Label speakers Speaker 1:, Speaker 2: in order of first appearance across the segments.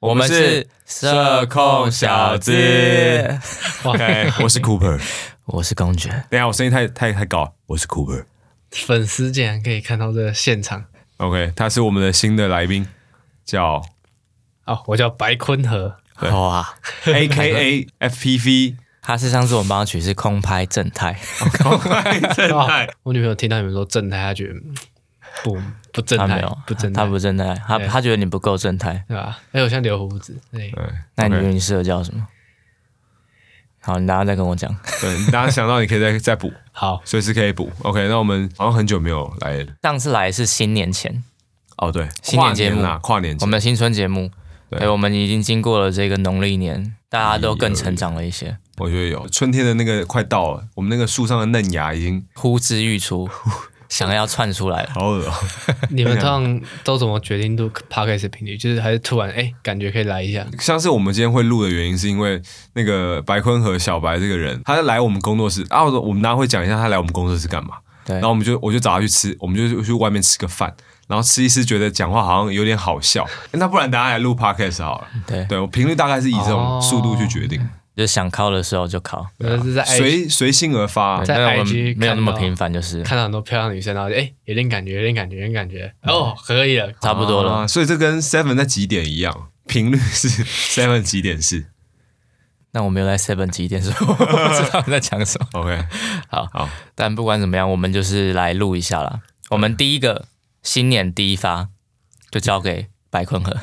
Speaker 1: 我们是社控小子。
Speaker 2: OK，
Speaker 3: 我是 Cooper，
Speaker 1: 我是公爵，
Speaker 3: 等一下我声音太太太高了，我是 Cooper。
Speaker 2: 粉丝竟然可以看到这个现场
Speaker 3: OK，他是我们的新的来宾， 叫
Speaker 2: 哦！我叫白坤和，
Speaker 3: 对
Speaker 1: 好啊，
Speaker 3: A K A F P V。
Speaker 1: 他是上次我们帮他取是空拍正太，
Speaker 2: 哦我女朋友听到你们说正太，她觉得嗯不不正
Speaker 1: 他没
Speaker 2: 太
Speaker 1: 有，，
Speaker 2: 不正太，
Speaker 1: 他不正太，他
Speaker 2: 对
Speaker 1: 他觉得你不够正太，
Speaker 2: 对吧？哎，我现在留胡子，对，
Speaker 3: 对，
Speaker 1: 那你觉
Speaker 3: OK，
Speaker 1: 得你适合叫什么？好，你等下再跟我讲。
Speaker 3: 对，你大家想到你可以再再补，
Speaker 2: 好，
Speaker 3: 随时可以补。OK，那我们好像很久没有来了。
Speaker 1: 上次来是新年前，
Speaker 3: 哦，对，
Speaker 1: 新
Speaker 3: 跨
Speaker 1: 年节目
Speaker 3: 年啦，跨年
Speaker 1: 我
Speaker 3: 节目
Speaker 1: 们的新春节目，
Speaker 3: 对
Speaker 1: 对，我们已经经过了这个农历年，大家都更成长了一些，
Speaker 3: 我觉得有春天的那个快到了，我们那个树上的嫩芽已经
Speaker 1: 呼之欲出，想要窜 出来了。
Speaker 3: 好恶哦。
Speaker 2: 你们通常都怎么决定录 podcast 的频率？就是还是突然哎，感觉可以来一下，
Speaker 3: 像是我们今天会录的原因，是因为那个白坤和小白这个人，他来我们工作室啊，我们大家会讲一下他来我们工作室干嘛。
Speaker 1: 对
Speaker 3: 然后我们就我就找他去吃，我们就去外面吃个饭，然后吃一吃，觉得讲话好像有点好笑，那不然大家来录 podcast 好了。
Speaker 1: 对，
Speaker 3: 对我频率大概是以这种速度去决定，
Speaker 1: 就想考的时候就考，
Speaker 2: 就是
Speaker 1: 哎
Speaker 2: 在 IG
Speaker 3: 随随性而发。
Speaker 2: 在
Speaker 1: 那我们
Speaker 2: IG
Speaker 1: 没有那么
Speaker 2: 看到
Speaker 1: 频繁，就是
Speaker 2: 看到很多漂亮的女生，然后就哎，有点感觉，有点感觉，有点感觉，哦，可以了，
Speaker 1: 嗯差不多了。
Speaker 3: 啊，所以这跟 Seven 在几点一样，频率 是 Seven 几点是
Speaker 1: 那我没有在 Seven 几点，所以我不知道你在讲 什么。
Speaker 3: OK
Speaker 1: 好
Speaker 3: 好，
Speaker 1: 但不管怎么样，我们就是来录一下啦。我们第一个新年第一发就交给白坤和，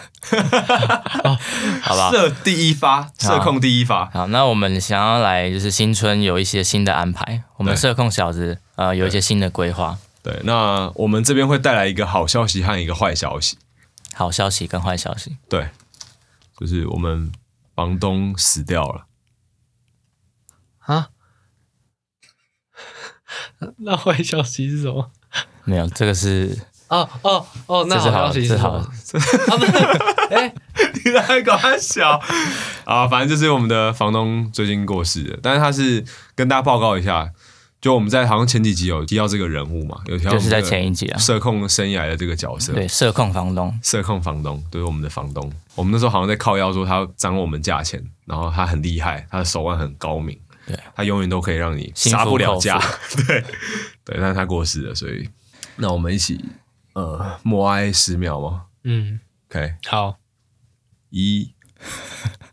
Speaker 1: 好吧？
Speaker 3: 射第一发，射控第一发，
Speaker 1: 好，那我们想要来就是新春有一些新的安排，我们
Speaker 3: 对
Speaker 1: 社控小子呃有一些新的规划，
Speaker 3: 对，那我们这边会带来一个好消息和一个坏消息。
Speaker 1: 好消息跟坏消息。
Speaker 3: 对，就是我们房东死掉了。
Speaker 2: 啊？ 那坏消息是什么？
Speaker 1: 没有，这个是
Speaker 2: 哦哦哦，那
Speaker 1: 这是
Speaker 2: 好
Speaker 1: 好
Speaker 2: 消息是
Speaker 1: 这是
Speaker 2: 什
Speaker 1: 好
Speaker 2: 么？啊不是， 哎，
Speaker 3: 你在搞他笑 啊？反正就是我们的房东最近过世了，但是他是跟大家报告一下，就我们在好像前几集有提到这个人物嘛，有提到
Speaker 1: 就是在前
Speaker 3: 一
Speaker 1: 一集啊，
Speaker 3: 社控生涯的这个角色，
Speaker 1: 对，社控房东
Speaker 3: 社控房东就是我们的房东。我们那时候好像在靠腰说他涨了我们价钱，然后他很厉害，他的手腕很高明，
Speaker 1: 对，
Speaker 3: 他永远都可以让你
Speaker 1: 心服
Speaker 3: 杀不了
Speaker 1: 口服
Speaker 3: 价， 对对，但是他过世了，所以那我们一起呃默哀十秒吗
Speaker 2: 嗯，
Speaker 3: ？OK，
Speaker 2: 好，
Speaker 3: 一、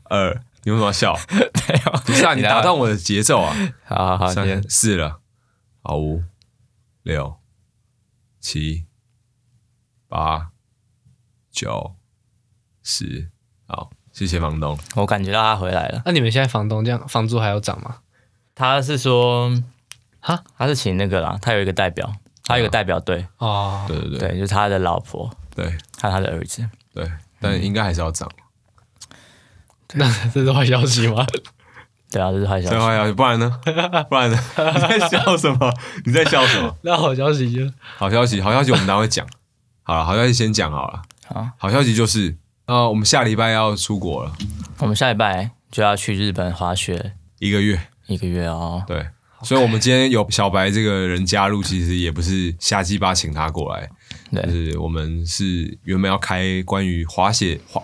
Speaker 3: 二，你为什么要 笑？不是啊，你打断我的节奏啊！
Speaker 1: 好好好，
Speaker 3: 三
Speaker 1: 你
Speaker 3: 四了，好五、六、七、八、九、十，好，谢谢房东。
Speaker 1: 我感觉到他回来了。
Speaker 2: 那你们现在房东这样房租还要涨吗？
Speaker 1: 他是说，
Speaker 2: 哈，
Speaker 1: 他是请那个啦，他有一个代表，他有一个代表队，
Speaker 2: 哦，
Speaker 3: 对对
Speaker 1: 对，就是他的老婆
Speaker 3: 对
Speaker 1: 和他的儿子。
Speaker 3: 对对，但应该还是要涨，
Speaker 2: 那这是坏消息吗？
Speaker 1: 对啊，这是坏消
Speaker 3: 对
Speaker 1: 息。
Speaker 3: 啊，不然呢？不然呢？ 你在笑什么？你在笑什么？
Speaker 2: 那好消息就
Speaker 3: 好消息，好消息，我们待会讲。好了，好消息先讲好了。
Speaker 1: 好，
Speaker 3: 好消息就是，呃，我们下礼拜要出国了，
Speaker 1: 我们下礼拜就要去日本滑雪
Speaker 3: 一个月。
Speaker 1: 一个月哦。
Speaker 3: 对，所以我们今天有小白这个人加入，其实也不是瞎鸡巴请他过来，
Speaker 1: 对
Speaker 3: 就是我们是原本要开关于滑雪滑，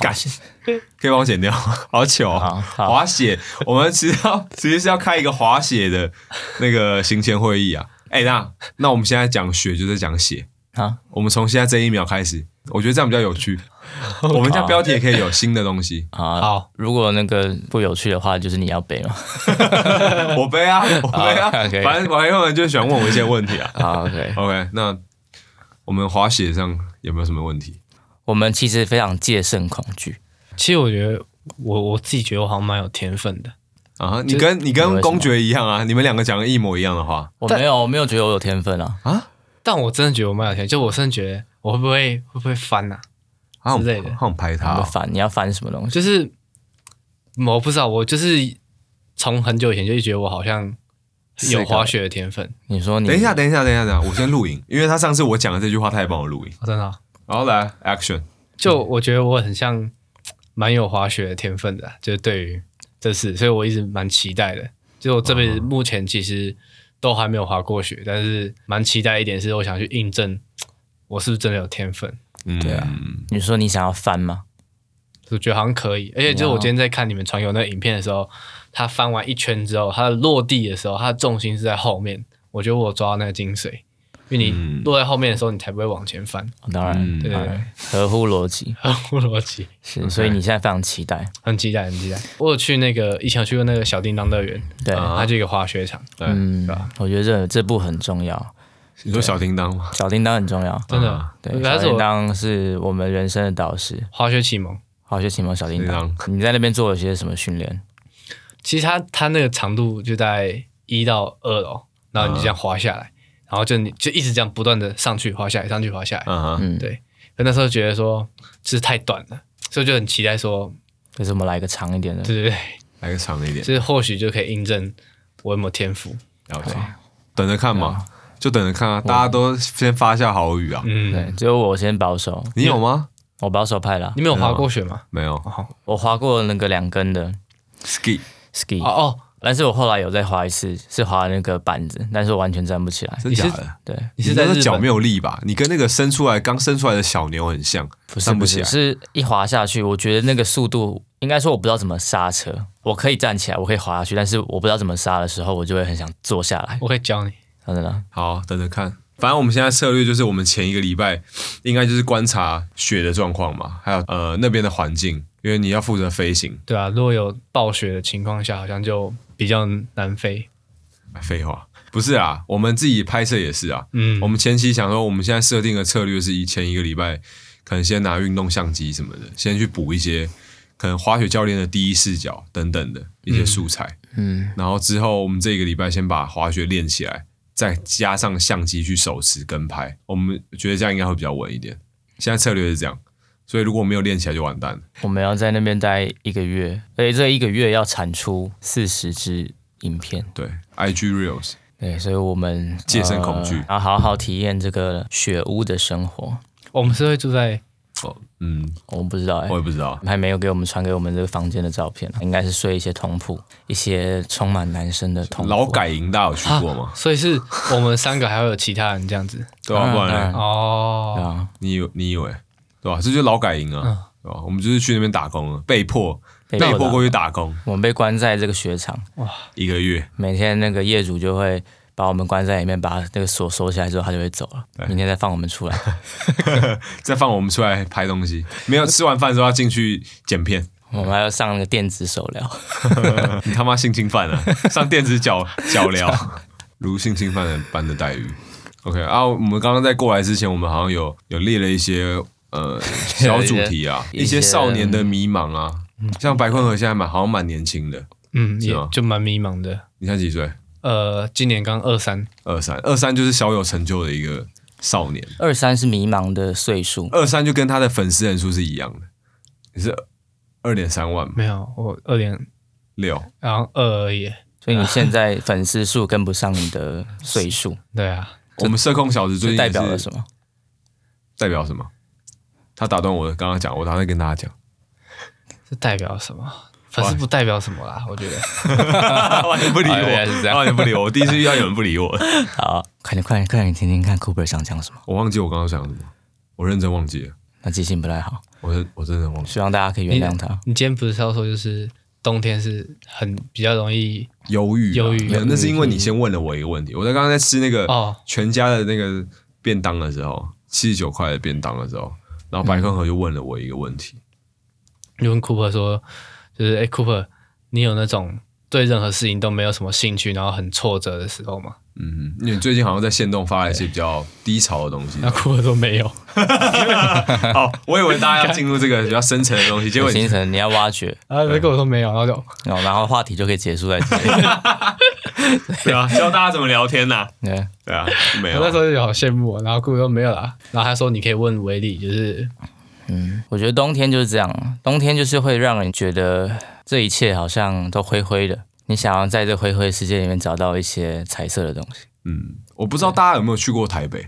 Speaker 3: 干
Speaker 1: 雪
Speaker 3: 可以帮我 剪掉吗，好糗
Speaker 1: 好
Speaker 3: 啊！
Speaker 1: 好
Speaker 3: 滑雪，我们其实要其实是要开一个滑雪的那个行前会议啊。哎、那那我们现在讲雪就在讲血，
Speaker 1: 啊，
Speaker 3: 我们从现在这一秒开始，我觉得这样比较有 趣。我们家标题也可以有新的东西，
Speaker 1: 好
Speaker 2: 好
Speaker 1: 如果那个不有趣的话，就是你要背嘛。
Speaker 3: 我背啊，我背啊，
Speaker 1: 好可以
Speaker 3: 反正网友们就喜欢问我一些问题啊。
Speaker 1: 好，OK。
Speaker 3: OK，那我们滑雪上有没有什么问题？
Speaker 1: 我们其实非常戒慎恐惧，
Speaker 2: 其实我觉得我我自己觉得我好像蛮有天分的，
Speaker 3: 啊，你跟你跟公爵一样啊，你们两个讲的一模一样的话
Speaker 1: 我没有，我没有觉得我有天分啊。
Speaker 3: 啊
Speaker 2: 但我真的觉得我蛮有天分，就我真的觉得我会不会会不会翻呐、
Speaker 3: 啊
Speaker 2: 之类的
Speaker 3: 好想拍他
Speaker 1: 你
Speaker 3: 哦、
Speaker 1: 要翻，你要翻什么东西？
Speaker 2: 就是嗯我不知道，我就是从很久以前就觉得我好像有滑雪的天分，
Speaker 1: 你说你
Speaker 3: 等一下，，等一下，等一下，等一下，我先录影，因为他上次我讲的这句话，他也帮我录影。
Speaker 2: 哦真的啊、
Speaker 3: 然后来 action，
Speaker 2: 就我觉得我很像蛮有滑雪的天分的啊，就是对于这次，所以我一直蛮期待的。就我这辈子目前其实都还没有滑过雪，但是蛮期待一点是，我想去印证我是不是真的有天分。
Speaker 3: 嗯，
Speaker 1: 对啊你说你想要翻吗？
Speaker 2: 我觉得好像可以。而且就是我今天在看你们传给我那个影片的时候，它翻完一圈之后，它落地的时候，它的重心是在后面。我觉得我有抓到那个精髓，因为你
Speaker 3: 嗯
Speaker 2: 落在后面的时候，你才不会往前翻。
Speaker 1: 哦当然，
Speaker 3: 嗯
Speaker 1: 当
Speaker 2: 对对
Speaker 1: 然合乎逻辑。
Speaker 2: 合乎逻辑，
Speaker 1: 是，所以你现在非常期待，
Speaker 2: 很期待，很期待。我有去那个以前有去过那个小叮当乐园，
Speaker 1: 对，
Speaker 3: 啊
Speaker 2: 它就一个滑雪场，
Speaker 3: 对，
Speaker 1: 嗯
Speaker 2: 对吧，
Speaker 1: 我觉得这这步很重要，
Speaker 3: 你说小叮当吗？
Speaker 2: 啊
Speaker 1: 小叮当很重要，
Speaker 2: 真的
Speaker 3: 啊，
Speaker 1: 对，
Speaker 2: 它
Speaker 1: 小
Speaker 2: 是
Speaker 1: 叮
Speaker 2: 我
Speaker 1: 当是我们人生的导师，
Speaker 2: 滑雪启蒙。
Speaker 1: 好学启蒙小叮当
Speaker 3: 小叮。
Speaker 1: 你在那边做了些什么训练？
Speaker 2: 其实它它那个长度就在一到二楼，然后你就这样滑下来，然后就你就一直这样不断的上去滑下来，上去滑下来。
Speaker 3: 嗯哼，
Speaker 1: 嗯，
Speaker 2: 对可那时候觉得说就是太短了，所以就很期待说，
Speaker 1: 就是我们来个长一点的。
Speaker 2: 对对对，
Speaker 3: 来个长一点
Speaker 2: 就，是或许就可以印证我有没有天赋。
Speaker 3: 了解，等着看嘛，就等着看啊，大家都先发下好语啊。
Speaker 2: 嗯，
Speaker 1: 对，只有我先保守，
Speaker 3: 你有吗？
Speaker 1: 我保守派啦
Speaker 2: 你。们有滑哦过雪吗？
Speaker 3: 没有
Speaker 1: 我滑过那个两根的
Speaker 3: ，ski
Speaker 1: ski，、
Speaker 2: 哦哦，
Speaker 1: 但是我后来有再滑一次，是滑那个板子，但是我完全站不起来。
Speaker 3: 真假
Speaker 2: 你是
Speaker 3: 的？
Speaker 1: 对，
Speaker 2: 你是
Speaker 3: 那
Speaker 2: 在
Speaker 3: 个
Speaker 2: 日
Speaker 3: 脚
Speaker 2: 本
Speaker 3: 没有力吧？你跟那个生出来刚生出来的小牛很像，
Speaker 1: 不是
Speaker 3: 站
Speaker 1: 不
Speaker 3: 起啊来。
Speaker 1: 是，是一滑下去，我觉得那个速度，应该说我不知道怎么刹车。我可以站起来，我可以滑下去，但是我不知道怎么刹的时候，我就会很想坐下来。
Speaker 2: 我可以教你。
Speaker 1: 真的，
Speaker 3: 好，等着看。反正我们现在策略就是，我们前一个礼拜应该就是观察雪的状况嘛，还有呃那边的环境，因为你要负责飞行。
Speaker 2: 对啊，如果有暴雪的情况下，好像就比较难飞。
Speaker 3: 哎废话，不是啊，我们自己拍摄也是啊。
Speaker 2: 嗯
Speaker 3: 我，们前期想说，我们现在设定的策略是以前一个礼拜，可能先拿运动相机什么的，先去补一些可能滑雪教练的第一视角等等的一些素材，
Speaker 1: 嗯，
Speaker 3: 然后之后我们这个礼拜先把滑雪练起来，再加上相机去手持跟拍，我们觉得这样应该会比较稳一点。现在策略是这样，所以如果没有练起来就完蛋了。
Speaker 1: 我们要在那边待一个月，而且这一个月要产出四十支影片。
Speaker 3: 对，IG Reels
Speaker 1: 对，所以我们
Speaker 3: 戒慎恐惧
Speaker 1: 呃然后好好体验这个雪屋的生活。
Speaker 2: 我们是会住在
Speaker 3: 哦，嗯，
Speaker 1: 我们不知道哎、
Speaker 3: 我也不知道，
Speaker 1: 还没有给我们传给我们这个房间的照片，应该是睡一些同铺，一些充满男生的同铺。
Speaker 3: 劳改营大家有去过
Speaker 1: 啊
Speaker 3: 吗？
Speaker 2: 啊所 以是我们三个还会有其他人这样子。
Speaker 3: 对啊，不
Speaker 1: 当
Speaker 3: 然
Speaker 1: 然
Speaker 3: 嘞，
Speaker 1: 嗯对
Speaker 2: 哦，
Speaker 1: 啊，
Speaker 3: 你以为你以为对吧、这就是劳改营啊，
Speaker 2: 嗯
Speaker 3: 对吧、我们就是去那边打工了，被迫
Speaker 1: 被
Speaker 3: 被
Speaker 1: 迫
Speaker 3: 迫
Speaker 1: 的
Speaker 3: 过去打工
Speaker 1: 我们被关在这个雪场，
Speaker 3: 一个月，
Speaker 1: 每天那个业主就会把我们关在里面，把那个锁锁起来之后，他就会走了。明天再放我 们出来。
Speaker 3: 再放我们出来拍东西，没有吃完饭之后要进去剪片。
Speaker 1: 我们还要上那个电子手疗，
Speaker 3: 你他妈性侵犯啊！上电子脚脚疗，如性侵犯般的待遇。OK 啊，我们刚刚在过来之前，我们好像有有列了一些呃小主题啊，
Speaker 1: 一些
Speaker 3: 一些少年的迷茫啊，像白坤和现在蛮好像蛮年轻的，
Speaker 2: 嗯，也
Speaker 3: 是吗
Speaker 2: 就蛮迷茫的。
Speaker 3: 你才几岁？
Speaker 2: 呃，今年刚二三，
Speaker 3: 二三，二三就是小有成就的一个少年，
Speaker 1: 二三是迷茫的岁数，
Speaker 3: 二三就跟他的粉丝人数是一样的，你是二点三万嘛
Speaker 2: 没有，我二点，
Speaker 3: 六，
Speaker 2: 然后二而已。
Speaker 1: 所以你现在粉丝数跟不上你的岁数，
Speaker 2: 对啊，
Speaker 3: 我们社控小 子最近
Speaker 1: 这代表了
Speaker 3: 么？
Speaker 1: 什么？
Speaker 3: 代表什么？他打断我刚刚讲，我打算跟大家讲。
Speaker 2: 这代表什么？粉丝不代表什么啦，我觉得。
Speaker 3: 完全不理
Speaker 1: 哎原来是这样
Speaker 3: 我，哦完全不理我。我第一次遇到有人不理我，
Speaker 1: 好，快点，快点，快点，听听看 Cooper 想讲什么。
Speaker 3: 我忘记我刚刚想什么，我认真忘记了，
Speaker 1: 那记性不太好，
Speaker 3: 我真我真的忘记
Speaker 1: 希望大家可以原谅他。
Speaker 2: 你今天不是要说就是冬天是很比较容易
Speaker 3: 忧郁啊，
Speaker 2: 忧郁
Speaker 3: 没有那是因为你先问了我一个问题。我在刚刚在吃那个
Speaker 2: 哦
Speaker 3: 全家的那个便当的时候，七十九块的便当的时候，然后白坤和就问了我一个问题，
Speaker 2: 你问 Cooper 说，就是哎、诶 Cooper，你有那种对任何事情都没有什么兴趣，然后很挫折的时候吗？
Speaker 3: 嗯，因为你最近好像在线动发了一些比较低潮的 东西
Speaker 2: 那。Cooper 说没有，
Speaker 3: 哦，我以为大家要进入这个比较深层的东西，结果
Speaker 1: 有
Speaker 3: 你
Speaker 1: 行程你要 挖掘，哦
Speaker 2: 然后他跟我说没有，然后就
Speaker 1: 然后然后话题就可以结束在这里。
Speaker 3: 对啊，教大家怎么聊天呐？
Speaker 1: 对，
Speaker 3: 对啊，没
Speaker 2: 我
Speaker 3: 有
Speaker 2: 那时候就好羡慕哦我，然后 Cooper 说没有啦，然后他说你可以问维力，就是
Speaker 1: 我觉得冬天就是这样，冬天就是会让人觉得这一切好像都灰灰的，你想要在这灰灰世界里面找到一些彩色的东西。
Speaker 3: 嗯，我不知道大家有没有去过台北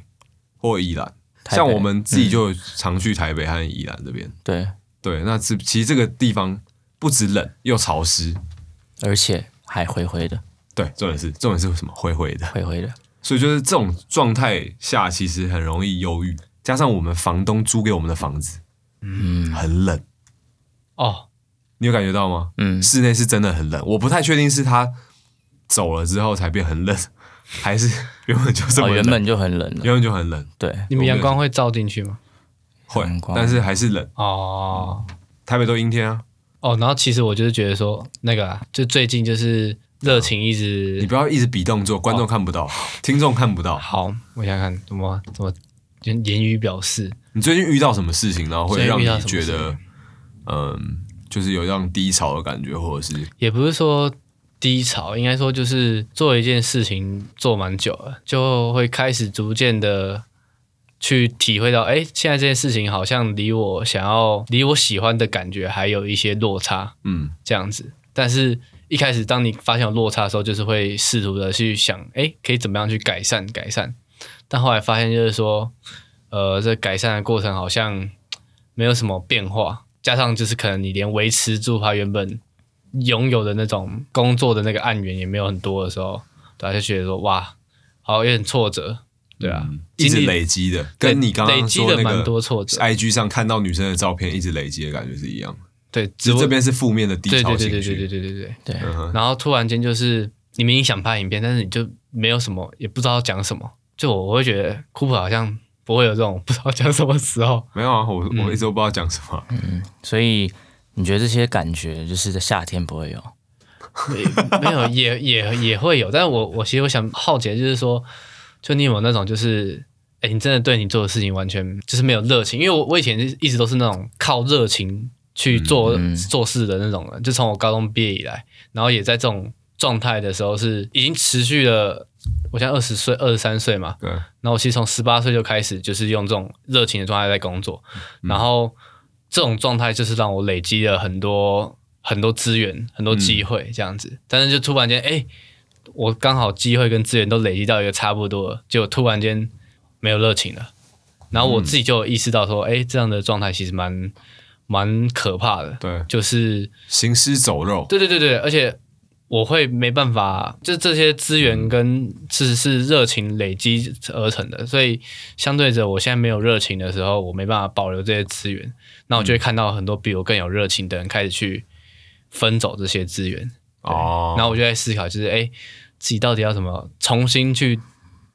Speaker 3: 或宜兰，
Speaker 1: 台北
Speaker 3: 像我们自己就常去台北和宜兰这边。
Speaker 1: 对，
Speaker 3: 对，那这其实这个地方不止冷又潮湿，
Speaker 1: 而且还灰灰的，
Speaker 3: 对，重点是重点是什么灰灰的，
Speaker 1: 灰灰的。
Speaker 3: 所以就是这种状态下，其实很容易忧郁。加上我们房东租给我们的房子，嗯，很冷，
Speaker 2: 哦，
Speaker 3: 你有感觉到吗？
Speaker 1: 嗯，
Speaker 3: 室内是真的很冷，我不太确定是他走了之后才变很冷，还是原本就这么
Speaker 1: 哦，
Speaker 3: 冷、
Speaker 1: 原本就很冷了，
Speaker 3: 原本就很冷，
Speaker 1: 对，
Speaker 2: 你们阳光会照进去吗？
Speaker 3: 会
Speaker 1: 阳，光
Speaker 3: 但是还是冷。
Speaker 2: 哦
Speaker 3: 台北都阴天啊，
Speaker 2: 哦，然后其实我就是觉得说，那个啊，就最近就是热情一
Speaker 3: 你
Speaker 2: 直
Speaker 3: 不要一直比动作，观众看不到，听众看不到。
Speaker 2: 哦好，我想想看怎么怎么言言语表示，
Speaker 3: 你最近遇到什么事情，然后会让你
Speaker 2: 最
Speaker 3: 觉
Speaker 2: 近遇到什
Speaker 3: 得，嗯，就是有让低潮的感觉，或者是
Speaker 2: 也不是说低潮，应该说就是做一件事情做蛮久了，就会开始逐渐的去体会到，哎，现在这件事情好像离我想要、离我喜欢的感觉还有一些落差，
Speaker 3: 嗯，
Speaker 2: 这样子。但是一开始当你发现有落差的时候，就是会试图的去想，哎，可以怎么样去改善改善。但后来发现就是说，呃，这改善的过程好像没有什么变化，加上就是可能你连维持住它原本拥有的那种工作的那个案源也没有很多的时候，对、啊，就觉得说哇，好有点挫折，对啊，
Speaker 3: 嗯一
Speaker 2: 经
Speaker 3: 直
Speaker 2: 历
Speaker 3: 累积的，跟你刚
Speaker 2: 累
Speaker 3: 刚
Speaker 2: 积
Speaker 3: 说
Speaker 2: 了
Speaker 3: 那
Speaker 2: 蛮
Speaker 3: 个
Speaker 2: 多挫折，
Speaker 3: IG 上看到女生的照片一直累积的感觉是一样的。
Speaker 2: 对，
Speaker 3: 只
Speaker 2: 只
Speaker 3: 是这边是负面的低
Speaker 2: 对
Speaker 3: 潮
Speaker 2: 对
Speaker 3: 情
Speaker 2: 对
Speaker 3: 绪，
Speaker 2: 对对对对对对。
Speaker 1: 对，
Speaker 3: 嗯哼，
Speaker 2: 然后突然间就是你明明想拍影片，但是你就没有什么，也不知道讲什么。就我我会觉得酷普好像不会有这种不 知道讲什么时候。
Speaker 3: 没有啊，我
Speaker 2: 嗯
Speaker 3: 我一直都不知道讲什么。
Speaker 1: 所以你觉得这些感觉就是在夏天不会有？
Speaker 2: 没没有，也也也会有。但是我我其实我想好奇，的就是说，就你有没有那种就是，哎，你真的对你做的事情完全就是没有热情？因为我我以前是一直都是那种靠热情去做、
Speaker 1: 嗯嗯
Speaker 2: 做事的那种人，就从我高中毕业以来，然后也在这种状态的时候是已经持续了，我现在二十岁、二十三岁嘛，
Speaker 3: 对，
Speaker 2: 然后我其实从十八岁就开始，就是用这种热情的状态在工作，然后这种状态就是让我累积了很多很多资源、很多机会这样子。但是就突然间，哎，我刚好机会跟资源都累积到一个差不多了，结果突然间没有热情了。然后我自己就有意识到说，哎、这样的状态其实蛮蛮可怕的，
Speaker 3: 对，
Speaker 2: 就是
Speaker 3: 行尸走肉，
Speaker 2: 对对对对，而且我会没办法，就这些资源跟是是热情累积而成的，所以相对着我现在没有热情的时候，我没办法保留这些资源，那我就会看到很多比我更有热情的人开始去分走这些资源，
Speaker 3: 哦，
Speaker 2: 然后我就在思考，就是哎，诶自己到底要怎么重新去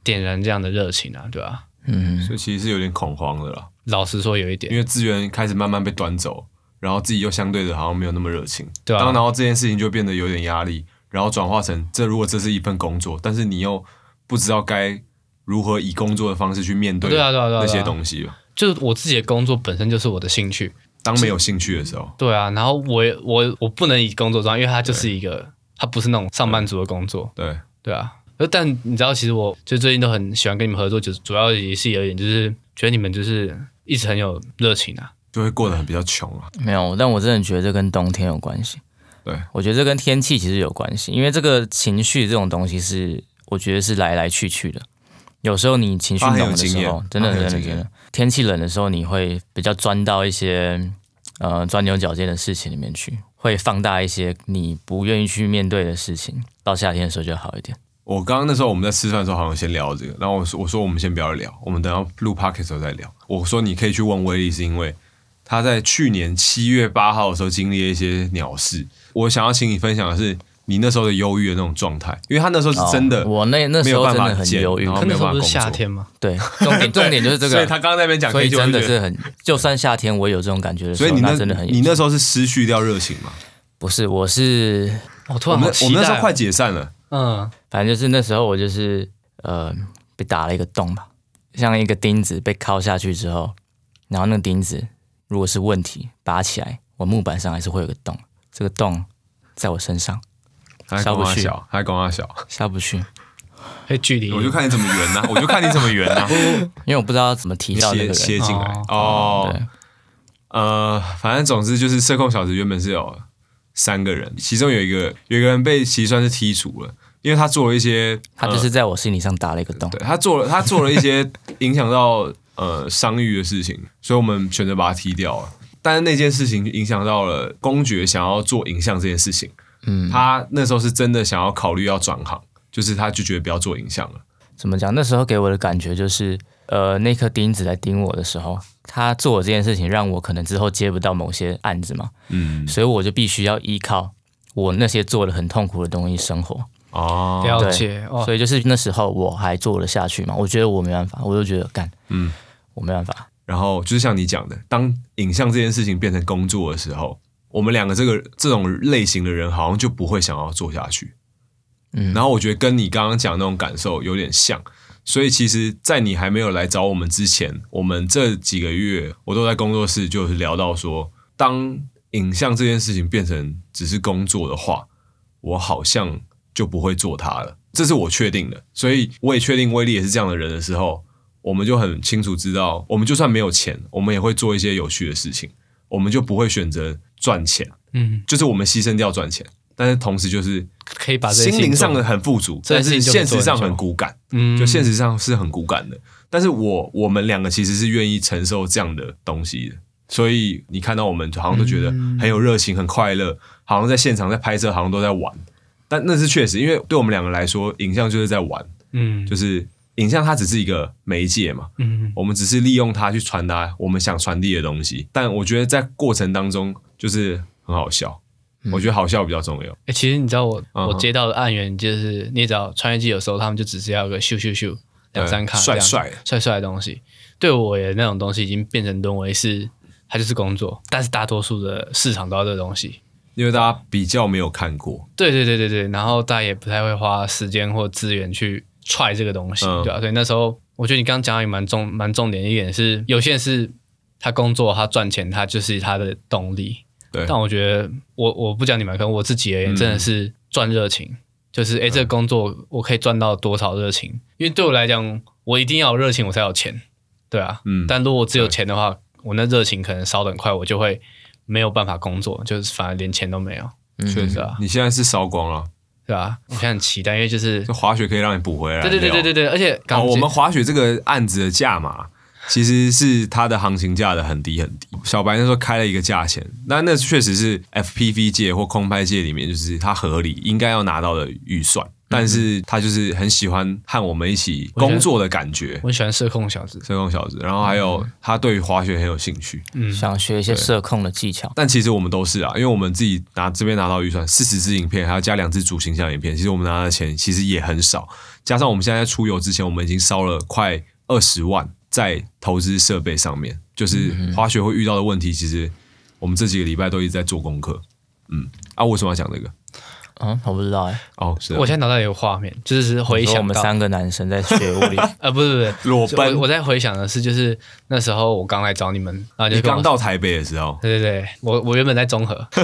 Speaker 2: 点燃这样的热情啊，对吧、
Speaker 1: 嗯，
Speaker 3: 所以其实是有点恐慌的啦，
Speaker 2: 老实说，有一
Speaker 3: 因
Speaker 2: 点，
Speaker 3: 为资源开始慢慢被端走，然后自己又相对的好像没有那么热情，
Speaker 2: 对啊
Speaker 3: 当然后这件事情就变得有点压力，然后转化成这如果这是一份工作，但是你又不知道该如何以工作的方式去面对
Speaker 2: 对啊对啊对啊对啊
Speaker 3: 那些东西了。
Speaker 2: 就是我自己的工作本身就是我的兴趣，
Speaker 3: 当没有兴趣的时候，
Speaker 2: 对啊，然后我也我我不能以工作状态，因为它就是一个，它不是那种上班族的工作，
Speaker 3: 对，
Speaker 2: 对啊。呃但你知道，其实我就最近都很喜欢跟你们合作，就是主要也是有一点就是觉得你们就是一直很有热情啊。
Speaker 3: 就会过得很比较穷啊。
Speaker 1: 没有，但我真的觉得这跟冬天有关系。
Speaker 3: 对，
Speaker 1: 我觉得这跟天气其实有关系，因为这个情绪这种东西是，我觉得是来来去去的。有时候你情绪
Speaker 3: 他很有
Speaker 1: 冷的
Speaker 3: 经
Speaker 1: 时
Speaker 3: 验
Speaker 1: 候，真的
Speaker 3: 他很
Speaker 1: 真
Speaker 3: 有
Speaker 1: 的
Speaker 3: 经
Speaker 1: 真的
Speaker 3: 验，
Speaker 1: 天气冷的时候，你会比较钻到一些呃钻牛角尖的事情里面去，会放大一些你不愿意去面对的事情。到夏天的时候就好一点。
Speaker 3: 我刚刚那时候我们在吃饭的时候，好像先聊这个，然后我说我说我们先不要聊，我们等到录 p o d c a s t 时候再聊。我说你可以去问威力，是因为他在去年七月八号的时候经历了一些鸟事。我想要请你分享的是你那时候的忧郁的那种状态，因为他那时候是真的，
Speaker 1: 哦我那那
Speaker 3: 没
Speaker 1: 时
Speaker 3: 有
Speaker 1: 候
Speaker 3: 办
Speaker 1: 真
Speaker 3: 法
Speaker 1: 的很
Speaker 3: 见
Speaker 1: 犹豫
Speaker 3: 然，后
Speaker 2: 可
Speaker 3: 哦没
Speaker 2: 那
Speaker 3: 有
Speaker 2: 时候
Speaker 3: 办法
Speaker 2: 不是
Speaker 3: 工
Speaker 2: 夏
Speaker 3: 作
Speaker 2: 天吗？
Speaker 1: 对，重点重点就是这 个
Speaker 3: 所以他
Speaker 1: 啊。
Speaker 3: 刚刚在那边讲，
Speaker 1: 所以
Speaker 3: 可就会
Speaker 1: 真的
Speaker 3: 觉得，
Speaker 1: 是很，就算夏天我也有这种感觉的时
Speaker 3: 所
Speaker 1: 候，
Speaker 3: 以你
Speaker 1: 那
Speaker 3: 那
Speaker 1: 真的很严
Speaker 3: 你
Speaker 1: 重
Speaker 3: 那时候是失去掉热情嘛？
Speaker 1: 不是，我是
Speaker 2: 我、突
Speaker 3: 我
Speaker 2: 然
Speaker 3: 们
Speaker 2: 好
Speaker 3: 我
Speaker 1: 啊
Speaker 2: 期
Speaker 3: 们
Speaker 2: 待、哦
Speaker 3: 那时候快，解散了，
Speaker 2: 嗯，
Speaker 1: 反正就是那时候我就是呃被打了一个洞吧，像一个钉子被敲下去之后，然后那个钉子如果是问题拔起来，我木板上还是会有个洞，这个洞在我身上
Speaker 3: 还
Speaker 1: 下
Speaker 3: 跟
Speaker 1: 不
Speaker 3: 我
Speaker 1: 去
Speaker 3: 小，还跟我小，
Speaker 1: 下不去，
Speaker 2: 可以距离，
Speaker 3: 我就看你怎么圆呐、啊我就看你怎么圆呐、啊
Speaker 1: 因为我不知道怎么提
Speaker 3: 你
Speaker 1: 到那
Speaker 3: 切
Speaker 1: 个人。
Speaker 3: 切进来
Speaker 1: 哦
Speaker 3: 哦。
Speaker 1: 对
Speaker 3: 呃，反正总之就是社控小子原本是有三个人，其中有一个有一个人被其实算是剔除了，因为他做了一些，
Speaker 1: 他就是在我心理上打了一个洞，
Speaker 3: 呃对他做了他做了一 些影响到呃商誉的事情，所以我们选择把他踢掉了。但是那件事情影响到了公爵想要做影像这件事情，
Speaker 1: 嗯，
Speaker 3: 他那时候是真的想要考虑要转行，就是他就觉得不要做影像了。
Speaker 1: 怎么讲？那时候给我的感觉就是，呃，那颗钉子在钉我的时候，他做我这件事情，让我可能之后接不到某些案子嘛，
Speaker 3: 嗯，
Speaker 1: 所以我就必须要依靠我那些做的很痛苦的东西生活。
Speaker 3: 哦，
Speaker 2: 了
Speaker 1: 对
Speaker 2: 解哦，
Speaker 1: 所以就是那时候我还做得下去嘛，我觉得我没办法，我就觉得干，
Speaker 3: 嗯
Speaker 1: 嗯，我没办法，
Speaker 3: 然后就是像你讲的，当影像这件事情变成工作的时候，我们两个这个这种类型的人好像就不会想要做下去。
Speaker 1: 嗯
Speaker 3: 然后我觉得跟你刚刚讲那种感受有点像，所以其实，在你还没有来找我们之前，我们这几个月我都在工作室就是聊到说，当影像这件事情变成只是工作的话，我好像就不会做它了，这是我确定的。所以我也确定威力也是这样的人的时候，我们就很清楚知道，我们就算没有钱，我们也会做一些有趣的事情，我们就不会选择赚钱，
Speaker 2: 嗯，
Speaker 3: 就是我们牺牲掉赚钱，但是同时就是
Speaker 2: 可以把这些
Speaker 3: 心灵上的
Speaker 2: 做
Speaker 3: 很富足，
Speaker 2: 这
Speaker 3: 但
Speaker 2: 件事
Speaker 3: 是
Speaker 2: 情
Speaker 3: 现实上
Speaker 2: 就可以做很久
Speaker 3: 很骨感，
Speaker 2: 嗯
Speaker 3: 就现实上是很骨感的。但是我我们两个其实是愿意承受这样的东西的，所以你看到我们好像都觉得
Speaker 2: 嗯
Speaker 3: 很有热情、很快乐，好像在现场在拍摄，好像都在玩。但那是确实，因为对我们两个来说，影像就是在玩，
Speaker 2: 嗯
Speaker 3: 就是影像它只是一个媒介嘛，
Speaker 2: 嗯
Speaker 3: 我们只是利用它去传达我们想传递的东西。但我觉得在过程当中就是很好笑，
Speaker 2: 嗯
Speaker 3: 我觉得好笑比较重要。
Speaker 2: 哎、其实你知道我、
Speaker 3: 嗯
Speaker 2: 我接到的案源就是，你也知道穿越机有时候他们就只是要有个咻咻咻两三卡
Speaker 3: 对
Speaker 2: 这样
Speaker 3: 帅帅的
Speaker 2: 帅帅的东西，对我也那种东西已经变成沦为是它就是工作，但是大多数的市场都要这个东西。
Speaker 3: 因为大家比较没有看过，
Speaker 2: 对对对对对，然后大家也不太会花时间或资源去踹这个东西，
Speaker 3: 嗯
Speaker 2: 对吧、啊所以那时候我觉得你刚刚讲的也蛮重蛮重点的一点是，有些人是他工作他赚钱他就是他的动力，
Speaker 3: 对，
Speaker 2: 但我觉得我我不讲你们，可能我自己而言，
Speaker 3: 嗯
Speaker 2: 真的是赚热情，就是诶，这个工作我可以赚到多少热情？因为对我来讲，我一定要有热情，我才有钱，对啊。
Speaker 3: 嗯
Speaker 2: 但如果我只有钱的话，我那热情可能烧得很快，我就会没有办法工作，就是反而连钱都没有，
Speaker 1: 嗯
Speaker 3: 确
Speaker 2: 是
Speaker 3: 实
Speaker 2: 啊，
Speaker 3: 你现在是烧光了，
Speaker 2: 对啊。我现在很期待，因为就是
Speaker 3: 这滑雪可以让你补回来。
Speaker 2: 对对对对
Speaker 3: 对。
Speaker 2: 对对，而且刚
Speaker 3: 哦，
Speaker 2: 刚
Speaker 3: 我们滑雪这个案子的价码其实是它的行情价的很低很低。小白那时候开了一个价钱，那那确实是 FPV 界或空拍界里面就是它合理应该要拿到的预算，
Speaker 2: 嗯
Speaker 3: 但是他就是很喜欢和我们一起工作的感觉。
Speaker 2: 我很喜嗯欢社控小子，
Speaker 3: 这种小子，然后还有他对于滑雪很有兴趣，
Speaker 2: 嗯，
Speaker 1: 想学一些社控的技巧，
Speaker 3: 但其实我们都是啊，因为我们自己拿这边拿到预算四十支影片，还要加两支主形象影片，其实我们拿的钱其实也很少。加上我们现在在出游之前，我们已经烧了快二十万在投资设备上面，就是滑雪会遇到的问题，其实我们这几个礼拜都一直在做功课。嗯，啊，为什么要讲这个？
Speaker 1: 嗯，我不知道哎、
Speaker 3: 哦，是啊
Speaker 2: 我现在脑袋里有画面，就是只是回
Speaker 1: 你说我
Speaker 2: 想
Speaker 1: 们
Speaker 2: 到
Speaker 1: 三个男生在学物理，
Speaker 2: 呃，不是不是，
Speaker 3: 裸奔
Speaker 2: 我我在回想的是，就是那时候我刚来找你们，然后就
Speaker 3: 你
Speaker 2: 跟我
Speaker 3: 刚到台北的时候，
Speaker 2: 对对对，我我原本在综合，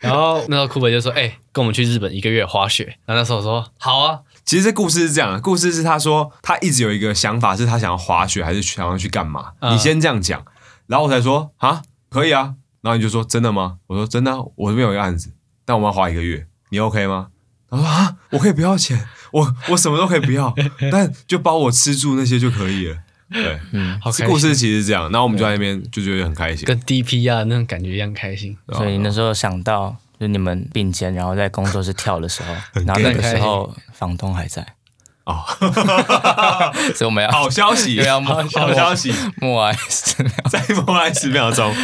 Speaker 2: 然后那时候库本就说：“哎、跟我们去日本一个月滑雪。”然后那时候我说：“好啊。
Speaker 3: 其实这故事是这样的，故事是他说他一直有一个想法，是他想要滑雪还是想要去干嘛？
Speaker 2: 嗯
Speaker 3: 你先这样讲，然后我才说啊，可以啊。然后你就说真的吗？我说真的啊、我这边有一个案子，但我们要滑一个月，你 OK 吗？他说啊，我可以不要钱，我我什么都可以不要， 但就包我吃住那些就可以了。对，”
Speaker 2: 好
Speaker 3: 这
Speaker 2: 开
Speaker 3: 故
Speaker 2: 心，
Speaker 3: 事其实是这样，然后我们就在那边就觉得很开心。
Speaker 2: 跟 DP 啊那种感觉一样开心。
Speaker 3: 对啊
Speaker 1: 所以那时候想到就你们并肩，然后在工作室跳的时候，然后那个时候房东还在，
Speaker 3: 哦，
Speaker 1: 所以我们 要
Speaker 3: 好消息，
Speaker 1: 又要摸
Speaker 3: 好消息，
Speaker 1: 默哀十秒。
Speaker 3: 再默哀十秒钟。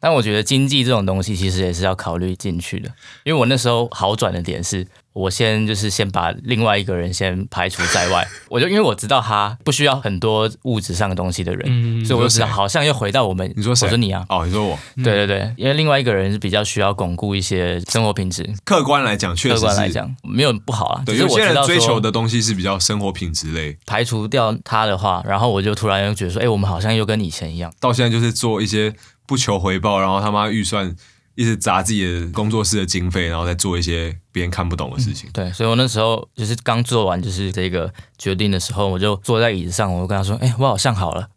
Speaker 1: 但我觉得经济这种东西其实也是要考虑进去的，因为我那时候好转的点是，我先就是先把另外一个人先排除 在外，我就因为我知道他不需要很多物质上的东西的人，
Speaker 2: 嗯
Speaker 1: 所以我就知道
Speaker 3: 你说谁
Speaker 1: 好像又回到我们，
Speaker 3: 你说谁？
Speaker 1: 我说你啊。
Speaker 3: 哦，你说我。
Speaker 1: 对对对，因为另外一个人是比较需要巩固一些生活品质，
Speaker 3: 客观来讲，确实
Speaker 1: 客
Speaker 3: 是
Speaker 1: 观来讲没有不好啊，只
Speaker 3: 对，
Speaker 1: 是
Speaker 3: 有
Speaker 1: 我
Speaker 3: 些
Speaker 1: 知
Speaker 3: 人
Speaker 1: 道
Speaker 3: 追求
Speaker 1: 说
Speaker 3: 的东西是比较生活品质类，
Speaker 1: 排除掉他的话，然后我就突然又觉得说，哎、我们好像又跟以前一样，
Speaker 3: 到现在就是做一些不求回报，然后他妈预算一直砸自己的工作室的经费，然后再做一些别人看不懂的事情。
Speaker 1: 对，所以我那时候就是刚做完就是这个决定的时候，我就坐在椅子上，我就跟他说：“哎、我好像好了。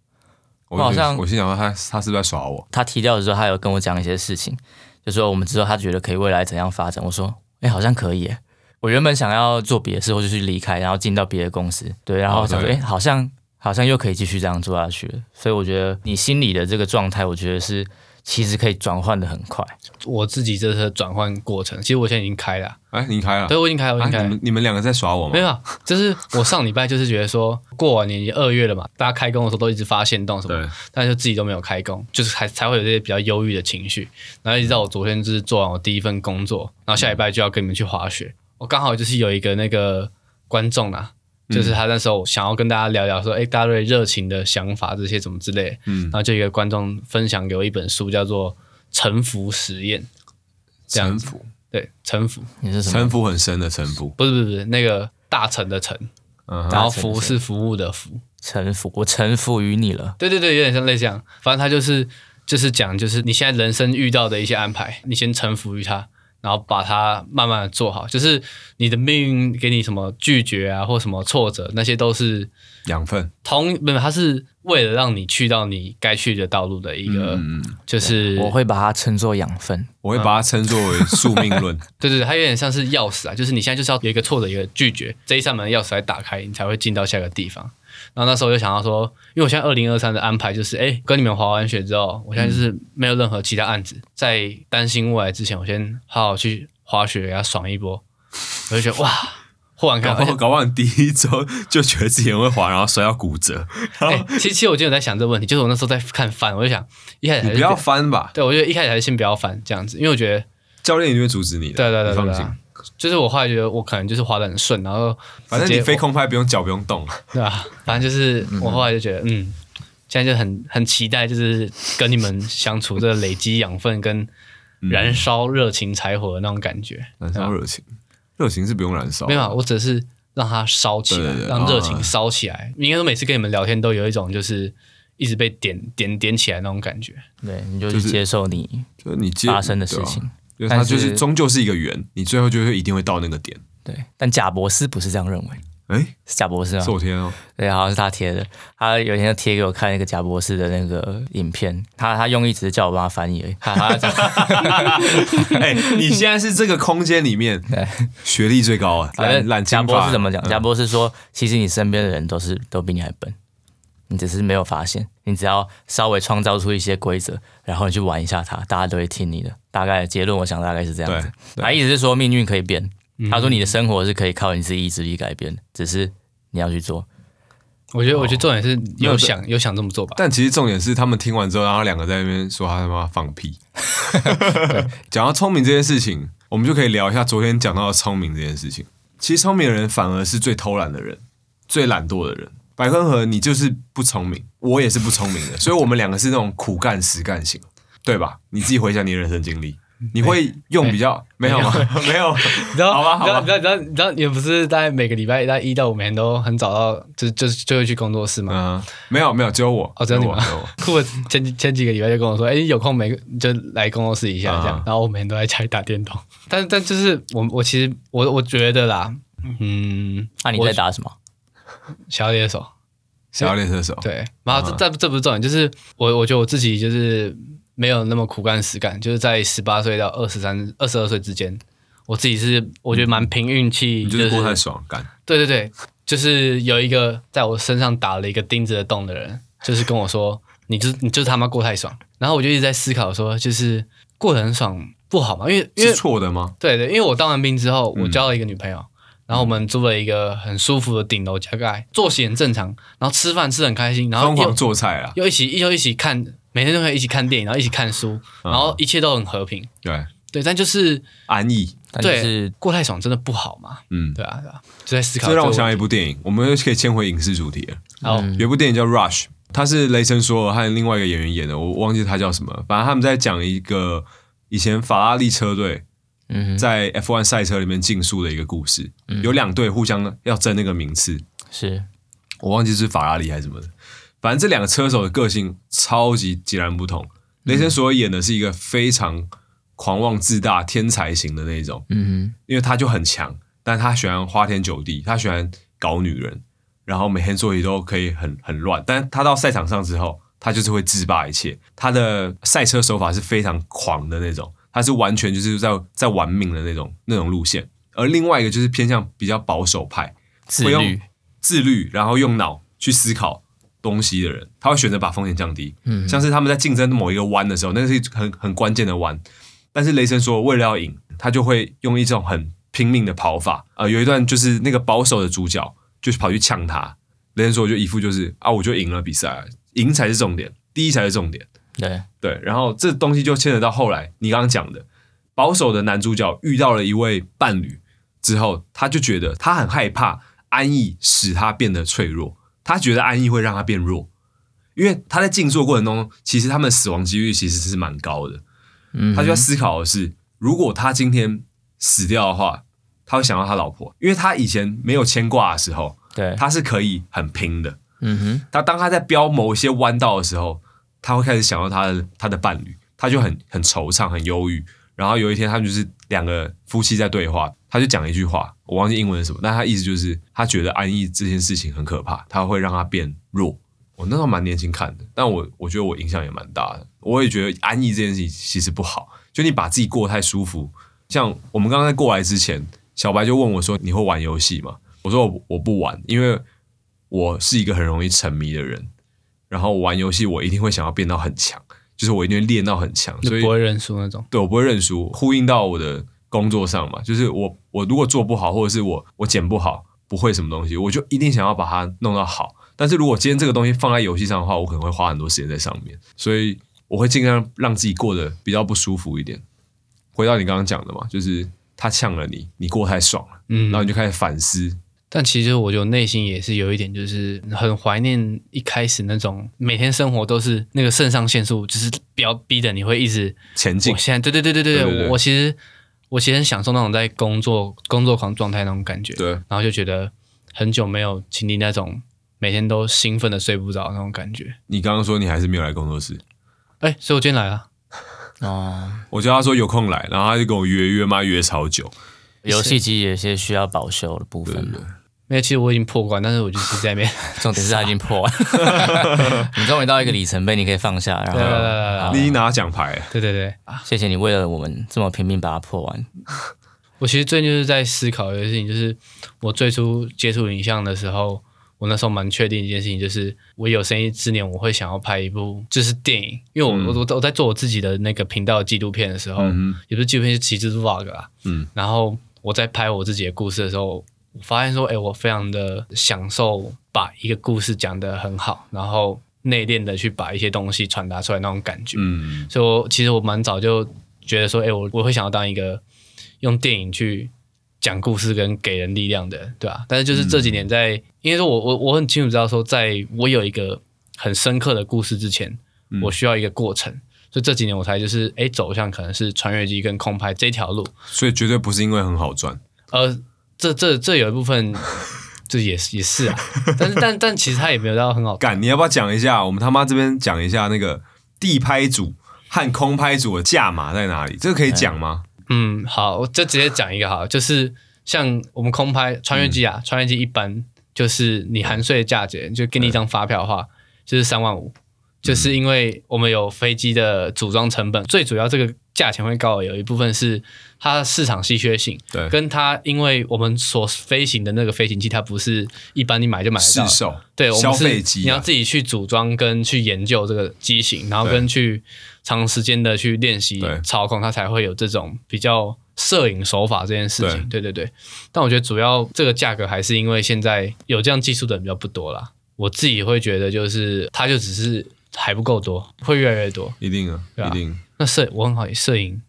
Speaker 3: 我
Speaker 1: 我好
Speaker 3: 就觉得
Speaker 1: 像
Speaker 3: 我心想说他他是不是在耍我”？
Speaker 1: 他提掉的时候，他有跟我讲一些事情，就说我们之后他觉得可以未来怎样发展。我说：“哎、好像可以耶。”我原本想要做别的事，或者去离开，然后进到别的公司，对，然后
Speaker 3: 哦
Speaker 1: 想说：“哎、
Speaker 3: 对
Speaker 1: 好像好像又可以继续这样做下去了。”所以我觉得你心里的这个状态，我觉得是其实可以转换的很快。
Speaker 2: 我自己这次的转换过程，其实我现在已经开了啊，
Speaker 3: 哎，你开了
Speaker 2: 对，，我已经开了，我已
Speaker 3: 啊，
Speaker 2: 经开
Speaker 3: 你
Speaker 2: 了。
Speaker 3: 们你们两个在耍我吗
Speaker 2: 没？有啊，就是我上礼拜就是觉得说，过完年已经二月了嘛，大家开工的时候都一直发现动什么
Speaker 3: 对，
Speaker 2: 但就自己都没有开工，就是还才会有这些比较忧郁的情绪。然后一直到我昨天就是做完我第一份工作，然后下礼拜就要跟你们去滑雪。我刚好就是有一个那个观众啊，
Speaker 3: 嗯
Speaker 2: 就是他那时候想要跟大家聊聊说，哎、大家对热情的想法这些怎么之类的。
Speaker 3: 嗯
Speaker 2: 然，后就有一个观众分享给我一本书，叫做《沉浮实验》。这样
Speaker 3: 城
Speaker 2: 子
Speaker 3: 府，
Speaker 2: 对，沉浮
Speaker 1: 你是什么
Speaker 3: 城？府很深的城府，
Speaker 2: 不是不是不是那个大成的成，
Speaker 3: 嗯哼，
Speaker 2: 然后
Speaker 1: 成的
Speaker 2: 服
Speaker 1: 成
Speaker 2: 是服务的服。
Speaker 1: 臣服，我臣服于你了。
Speaker 2: 对对对，有点像类似这样。反正他就是就是讲，就是你现在人生遇到的一些安排，你先臣服于他，然后把它慢慢的做好。就是你的命运给你什么拒绝啊，或什么挫折，那些都是
Speaker 3: 养分，
Speaker 2: 同不是，它是为了让你去到你该去的道路的一个，
Speaker 3: 嗯嗯，嗯
Speaker 2: 就是
Speaker 1: 我会把它称作养分。
Speaker 3: 我会把它称作为宿命论，
Speaker 2: 对对对，它有点像是钥匙啊，就是你现在就是要有一个挫折，有一个拒绝，这一扇门的钥匙来打开，你才会进到下一个地方。然后那时候我就想到说，因为我现在二零二三的安排就是，哎，跟你们滑完雪之后，我现在就是没有任何其他案子，在担心未来之前，我先好好去滑雪，给它爽一波。我就觉得哇，豁然开
Speaker 3: 搞
Speaker 2: 朗
Speaker 3: 不。好搞不好你第一周就觉得自己很会滑，然后摔到骨折，
Speaker 2: 哎，哎其实其实我就有在想这个问题，就是我那时候在看翻，我就想一开始
Speaker 3: 你
Speaker 2: 还是
Speaker 3: 不要翻吧，
Speaker 2: 哎对，我觉得一开始还是先不要翻这样子，因为我觉得
Speaker 3: 教练一定会阻止你的，
Speaker 2: 对对对
Speaker 3: 你
Speaker 2: 对
Speaker 3: 放
Speaker 2: 对
Speaker 3: 心
Speaker 2: 啊，，就是我后来觉得我可能就是滑得很顺，然后
Speaker 3: 反正
Speaker 2: 直
Speaker 3: 你
Speaker 2: 接
Speaker 3: 飞空拍不用脚不用动，
Speaker 2: 对啊，反正就是我后来就觉得，嗯，现在就很很期待，就是跟你们相处，这累积养分跟燃烧热情柴火的那种感觉。
Speaker 3: 燃烧热情，热情是不用燃烧
Speaker 2: 没，有啊，我只是让它烧起来
Speaker 3: 对对，对
Speaker 2: 让热情
Speaker 3: 啊
Speaker 2: 烧起来。应该说每次跟你们聊天都有一种就是一直被点点点起来那种感觉。
Speaker 1: 对，你就
Speaker 3: 就
Speaker 1: 去
Speaker 3: 是
Speaker 1: 接受你
Speaker 3: 就是你接
Speaker 1: 发生的事，
Speaker 3: 对啊
Speaker 1: 情。
Speaker 3: 就是它就
Speaker 1: 但
Speaker 3: 是
Speaker 1: 是
Speaker 3: 终究是一个圆，你最后就会一定会到那个点，
Speaker 1: 对，但贾博士不是这样认为，
Speaker 3: 哎，
Speaker 1: 是贾博士吗
Speaker 3: 啊是？我天 哦，
Speaker 1: 对，啊好像是他贴的。他有一天就贴给我看那个贾博士的那个影片，他他用意只是叫我帮他 翻译而已。他他讲
Speaker 3: 哎，你现在是这个空间里面
Speaker 1: 对
Speaker 3: 学历最高啊，
Speaker 1: 反
Speaker 3: 懒
Speaker 1: 正
Speaker 3: 懒
Speaker 1: 贾
Speaker 3: 金
Speaker 1: 博
Speaker 3: 发
Speaker 1: 士怎么讲？
Speaker 3: 嗯
Speaker 1: 贾博士说，其实你身边的人都是都比你还笨，你只是没有发现。你只要稍微创造出一些规则，然后你去玩一下它，大家都会听你的。大概的结论，我想大概是这样子。
Speaker 3: 对对
Speaker 1: 他意思是说命运可以变，他说你的生活是可以靠你自己意志力改变的，只是你要去做。
Speaker 2: 我觉得，我觉得重点是哦有
Speaker 3: 有
Speaker 2: 想有想这么做吧。
Speaker 3: 但其实重点是，他们听完之后，然后两个在那边说他他妈放屁。讲到聪明这件事情，我们就可以聊一下昨天讲到的聪明这件事情。其实聪明的人反而是最偷懒的人，最懒惰的人。百坤和你就是不聪明，我也是不聪明的，所以我们两个是那种苦干实干型，对吧？你自己回想你的人生经历，你会用比 较没有吗？没有，
Speaker 2: 你 知道，
Speaker 3: 好吧好吧
Speaker 2: 你知道，你知道，你知道，也不是大概每个礼拜，大概一到五每天都很早到，就就就会去工作室嘛。
Speaker 3: 嗯，没有没有，只有我，
Speaker 2: 哦只有你
Speaker 3: 我，
Speaker 2: 吗
Speaker 3: 只有 我。
Speaker 2: 酷的前几前几个礼拜就跟我说，哎、你有空没就来工作室一下这样，
Speaker 3: 啊
Speaker 2: 然后我每天都在家里打电动。但但就是我我其实我我觉得啦，嗯，
Speaker 1: 那、啊你
Speaker 2: 我
Speaker 1: 在打什么？
Speaker 2: 小野手
Speaker 3: 想要练射手，
Speaker 2: 对，然
Speaker 3: 啊
Speaker 2: 后这这这不是重点，就是我我觉得我自己就是没有那么苦干实干，就是在十八岁到二十三二十二岁之间，我自己是我觉得蛮凭运气，
Speaker 3: 你就是过太爽干。
Speaker 2: 对对对，就是有一个在我身上打了一个钉子的洞的人，就是跟我说，你就是你就是他妈过太爽。然后我就一直在思考说，就是过得很爽不好嘛？因为因为
Speaker 3: 是嗯错的吗？
Speaker 2: 对对，因为我当完兵之后，我交了一个女朋友，然后我们租了一个很舒服的顶楼加盖，作息很正常，然后吃饭吃得很开心，然后
Speaker 3: 疯
Speaker 2: 又
Speaker 3: 狂做菜啊，
Speaker 2: 又一起又一起看，每天都可以一起看电影，然后一起看书，
Speaker 3: 嗯
Speaker 2: 然后一切都很和平。
Speaker 3: 对，
Speaker 2: 对，但就是
Speaker 3: 安逸，
Speaker 1: 但就
Speaker 2: 对、
Speaker 1: 是
Speaker 2: 过太爽真的不好嘛？
Speaker 3: 嗯。
Speaker 2: 对啊，对啊，就在思考
Speaker 3: 这让我
Speaker 2: 个
Speaker 3: 想到
Speaker 2: 问
Speaker 3: 一
Speaker 2: 题，
Speaker 3: 部电影，我们又可以牵回影视主题了。
Speaker 2: 然后
Speaker 3: 有一部电影叫《Rush》，它是雷神索尔和另外一个演员演的，我忘记他叫什么。反正他们在讲一个以前法拉利车队
Speaker 1: 嗯哼，
Speaker 3: 在 F1 赛车里面竞速的一个故事，
Speaker 2: 嗯
Speaker 3: 有两队互相要争那个名次，
Speaker 1: 是
Speaker 3: 我忘记是法拉利还是什么的。反正这两个车手的个性超级截然不同。雷神索尔演的是一个非常狂妄自大、天才型的那种，
Speaker 1: 嗯
Speaker 3: 因为他就很强，但他喜欢花天酒地，他喜欢搞女人，然后每天作息都可以很很乱。但他到赛场上之后，他就是会制霸一切。他的赛车手法是非常狂的那种，他是完全就是在在玩命的那种那种路线。而另外一个就是偏向比较保守派，
Speaker 1: 哼，自
Speaker 3: 会用
Speaker 1: 律，
Speaker 3: 自律，然后用脑去思考东西的人，他会选择把风险降低。嗯，像是他们在竞争某一个弯的时候，那是很很关键的弯。但是雷神说，为了要赢，他就会用一种很拼命的跑法。呃，有一段就是那个保守的主角就是跑去呛他，雷神说就一副就是啊，我就赢了比赛，赢才是重点，第一才是重点。
Speaker 1: 对，
Speaker 3: 对，然后这东西就牵扯到后来你刚刚讲的，保守的男主角遇到了一位伴侣之后，他就觉得他很害怕安逸使他变得脆弱，他觉得安逸会让他变弱，因为他在静坐过程中，其实他们死亡几率其实是蛮高的。
Speaker 1: 嗯，
Speaker 3: 他就在思考的是，如果他今天死掉的话，他会想到他老婆，因为他以前没有牵挂的时候，
Speaker 1: 对，
Speaker 3: 他是可以很拼的。
Speaker 1: 嗯哼，
Speaker 3: 他当他在飙某一些弯道的时候，他会开始想到他的他的伴侣，他就很很惆怅，很忧郁。然后有一天，他们就是两个夫妻在对话，他就讲一句话，我忘记英文是什么，但他意思就是他觉得安逸这件事情很可怕，他会让他变弱。我那时候蛮年轻看的，但我我觉得我影响也蛮大的。我也觉得安逸这件事情其实不好，就你把自己过得太舒服。像我们刚刚在过来之前，小白就问我说：“你会玩游戏吗？”我说我：“我不玩，因为我是一个很容易沉迷的人。然后玩游戏，我一定会想要变到很强，就是我一定会练到很强。所
Speaker 2: 就
Speaker 3: 以
Speaker 2: 不会认输那种。
Speaker 3: 对我不会认输，呼应到我的工作上嘛，就是我我如果做不好，或者是我我剪不好，不会什么东西，我就一定想要把它弄到好。但是如果今天这个东西放在游戏上的话，我可能会花很多时间在上面，所以我会尽量让自己过得比较不舒服一点。回到你刚刚讲的嘛，就是他呛了你，你过太爽了，
Speaker 2: 嗯
Speaker 3: 然后你就开始反思，
Speaker 2: 但其实我就内心也是有一点，就是很怀念一开始那种每天生活都是那个肾上腺素，就是比较逼的，你会一直。
Speaker 3: 前进
Speaker 2: 我。现在对对对对对
Speaker 3: 对对对
Speaker 2: 对，我我其实我其实很享受那种在工作工作狂状态那种感觉，
Speaker 3: 对，
Speaker 2: 然后就觉得很久没有经历那种每天都兴奋的睡不着那种感觉。
Speaker 3: 你刚刚说你还是没有来工作室，
Speaker 2: 哎，所以我今天来了，
Speaker 1: 哦，
Speaker 3: 我叫他说有空来，然后他就跟我约约嘛，约超久。
Speaker 1: 游戏机有一些需要保修的部分嘛，
Speaker 2: 没哎有，其实我已经破关，但是我就是在那 边
Speaker 1: 重点是它已经破完， 你终于到一个里程碑，你可以放下，然
Speaker 2: 对对对
Speaker 1: 后
Speaker 2: 对对
Speaker 3: 你已经拿奖牌了，
Speaker 2: 对对对，
Speaker 1: 谢谢你为了我们这么拼命把它破完，
Speaker 2: 我其实最近就是在思考一个事情，就是我最初接触影像的时候，我那时候蛮确定一件事情，就是我有生之年我会想要拍一部就是电影，因为我、
Speaker 3: 嗯
Speaker 2: 我我我在做我自己的那个频道的纪录片的时候，
Speaker 3: 嗯
Speaker 2: 也不是纪录片，是其实是 vlog 啊，
Speaker 3: 嗯，
Speaker 2: 然后我在拍我自己的故事的时候，我发现说，哎，我非常的享受把一个故事讲得很好，然后内敛的去把一些东西传达出来那种感觉，
Speaker 3: 嗯
Speaker 2: 所以我其实我蛮早就觉得说，哎、我我会想要当一个用电影去讲故事跟给人力量的，对吧、但是就是这几年在，因为说我我我很清楚知道说，在我有一个很深刻的故事之前，我需要一个过程。所以这几年我才就是哎、走向可能是穿越机跟空拍这条路，
Speaker 3: 所以绝对不是因为很好赚。
Speaker 2: 呃，这这这有一部分 这也是也是啊，但是但但其实它也没有到很好
Speaker 3: 干，你要不要讲一下？我们他妈这边讲一下那个地拍组和空拍组的价码在哪里？这个
Speaker 2: 哎
Speaker 3: 可以讲吗？
Speaker 2: 嗯，好，我就直接讲一个好了，就是像我们空拍穿越机啊，穿越机一般就是你含税的价钱，就给你一张发票的话，就是三万五，就是因为我们有飞机的组装成本，最主要这个价钱会高，有一部分是它市场稀缺性，
Speaker 3: 对
Speaker 2: 跟它因为我们所飞行的那个飞行器，它不是一般你买就买得到
Speaker 3: 市
Speaker 2: 的，
Speaker 3: 售
Speaker 2: 对，我们
Speaker 3: 消
Speaker 2: 是
Speaker 3: 费机
Speaker 2: 你要
Speaker 3: 啊，
Speaker 2: 自己去组装跟去研究这个机型，然后
Speaker 3: 对
Speaker 2: 跟去长时间的去练习
Speaker 3: 对
Speaker 2: 操控，它才会有这种比较摄影手法这件事情。对对对，但我觉得主要这个价格还是因为现在有这样技术的人比较不多啦。我自己会觉得就是它就只是还不够多，会越来越多。
Speaker 3: 一定啊，
Speaker 2: 对啊
Speaker 3: 一定。
Speaker 2: 那摄我很好奇，摄影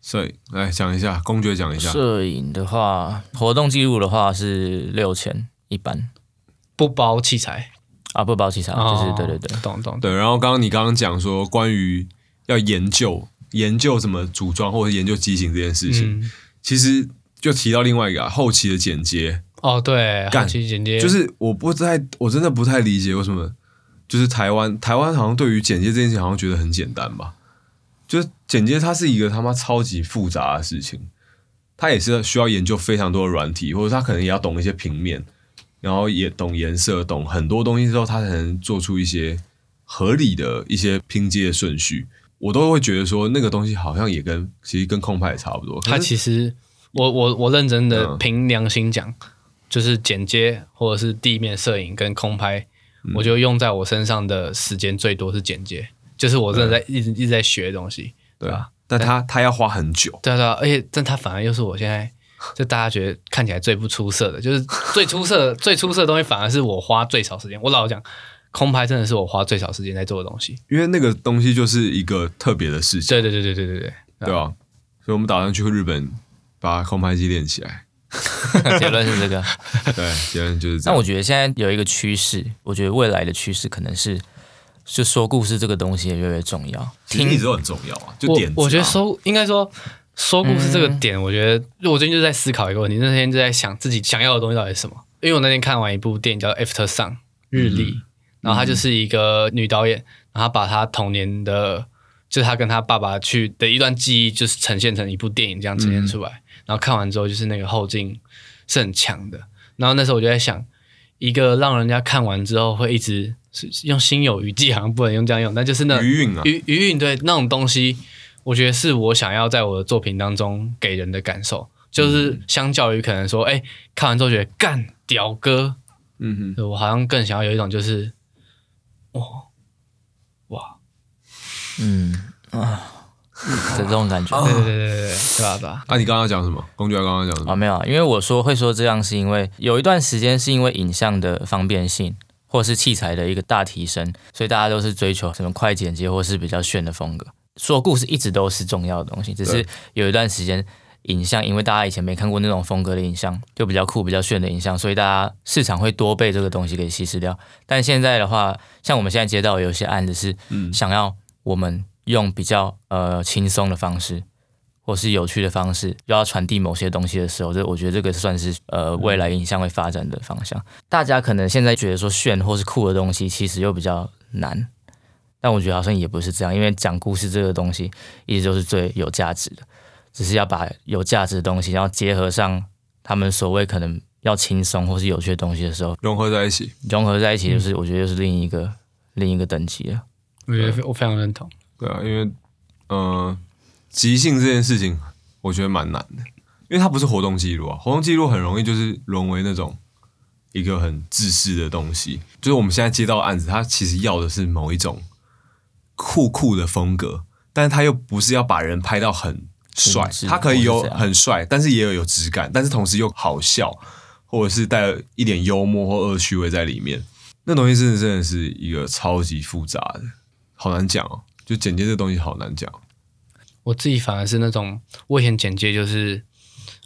Speaker 3: 所以来讲一下，公爵讲一下，
Speaker 1: 摄影的话，活动记录的话是六千一般
Speaker 2: 不包器材，哦
Speaker 1: 啊，不包器材，就是对对对，，
Speaker 2: 懂懂懂。
Speaker 3: 对。然后刚刚你刚刚讲说关于要研究研究怎么组装或者研究机型这件事情，
Speaker 2: 嗯，
Speaker 3: 其实就提到另外一个、啊、后期的剪接，
Speaker 2: 哦对，
Speaker 3: 干
Speaker 2: 后期剪接
Speaker 3: 就是我不太，我真的不太理解为什么，就是台湾台湾好像对于剪接这件事情好像觉得很简单吧，就是剪接它是一个他妈超级复杂的事情，它也是需要研究非常多的软体，或者它可能也要懂一些平面，然后也懂颜色，懂很多东西之后，它才能做出一些合理的一些拼接的顺序。我都会觉得说那个东西好像也跟其实跟空拍也差不多，
Speaker 2: 它
Speaker 3: 可是
Speaker 2: 其实，我我我认真的
Speaker 3: 嗯
Speaker 2: 凭良心讲，就是剪接或者是地面摄影跟空拍，我觉得用在我身上的时间最多是剪接，就是我真的在一直一直在学东西，
Speaker 3: 对啊
Speaker 2: 对吧？
Speaker 3: 但他他要花很久，
Speaker 2: 对啊，对啊，而且但它反而又是我现在就大家觉得看起来最不出色的，就是最出色、最出色的东西，反而是我花最少时间。我老实讲，空拍真的是我花最少时间在做的东西。
Speaker 3: 因为那个东西就是一个特别的事情，
Speaker 2: 对对对对对对
Speaker 3: 对吧、所以我们打算去日本把空拍机练起来。
Speaker 1: 结论是这啊个。
Speaker 3: 对，结论就是这
Speaker 1: 但
Speaker 3: 样。
Speaker 1: 我觉得现在有一个趋势，我觉得未来的趋势可能是，就说故事这个东西也越来越重要。
Speaker 3: 其实一
Speaker 1: 听
Speaker 3: 直都很重要啊，就
Speaker 2: 对，
Speaker 3: 点子啊、
Speaker 2: 我我觉得说应该说说故事这个点，我觉得我最近就在思考一个问题，那天就在想自己想要的东西到底是什么。因为我那天看完一部电影叫《After Sun》日历，
Speaker 3: 嗯
Speaker 2: 然后她就是一个女导演，然后她把她童年的，就是她跟她爸爸去的一段记忆，就是呈现成一部电影这样呈现
Speaker 3: 嗯
Speaker 2: 出来。然后看完之后，就是那个后劲是很强的。然后那时候我就在想，一个让人家看完之后会一直是是用心有余悸，好像不能用这样用，但就是那
Speaker 3: 余韵啊
Speaker 2: 余余韵对那种东西，我觉得是我想要在我的作品当中给人的感受，就是相较于可能说，哎、看完之后觉得干屌哥，
Speaker 3: 嗯哼，
Speaker 2: 我好像更想要有一种就是，哦，哇，
Speaker 1: 嗯啊的这种感觉
Speaker 2: 哦对对对对对，对吧对吧？
Speaker 3: 啊，你刚刚讲什么？公爵刚刚讲什么？
Speaker 1: 啊，没有啊，因为我说会说这样，是因为有一段时间是因为影像的方便性。或是器材的一个大提升，所以大家都是追求什么快剪接，或是比较炫的风格。说故事一直都是重要的东西，只是有一段时间影像，因为大家以前没看过那种风格的影像，就比较酷、比较炫的影像，所以大家市场会多被这个东西给稀释掉。但现在的话，像我们现在接到有一些案子是想要我们用比较呃轻松的方式，或是有趣的方式，又要传递某些东西的时候，这我觉得这个算是呃未来影像会发展的方向。大家可能现在觉得说炫或是酷的东西，其实又比较难。但我觉得好像也不是这样，因为讲故事这个东西一直都是最有价值的，只是要把有价值的东西，然后结合上他们所谓可能要轻松或是有趣的东西的时候，
Speaker 3: 融合在一起。
Speaker 1: 融合在一起，就是、我觉得又是另一个另一个等级了。
Speaker 2: 我觉得我非常认同。
Speaker 3: 对啊，因为呃，即兴这件事情，我觉得蛮难的，因为它不是活动记录啊，活动记录很容易就是沦为那种一个很自私的东西。就是我们现在接到的案子，它其实要的是某一种酷酷的风格，但是它又不是要把人拍到很帅
Speaker 1: 精，致
Speaker 3: 它可以有
Speaker 1: 或者是这样
Speaker 3: 很帅，但是也有有质感，但是同时又好笑，或者是带有一点幽默或恶趣味在里面。那东西真的真的是一个超级复杂的，好难讲哦。就剪接这东西好难讲，哦
Speaker 2: 我自己反而是那种，我以前剪接就是，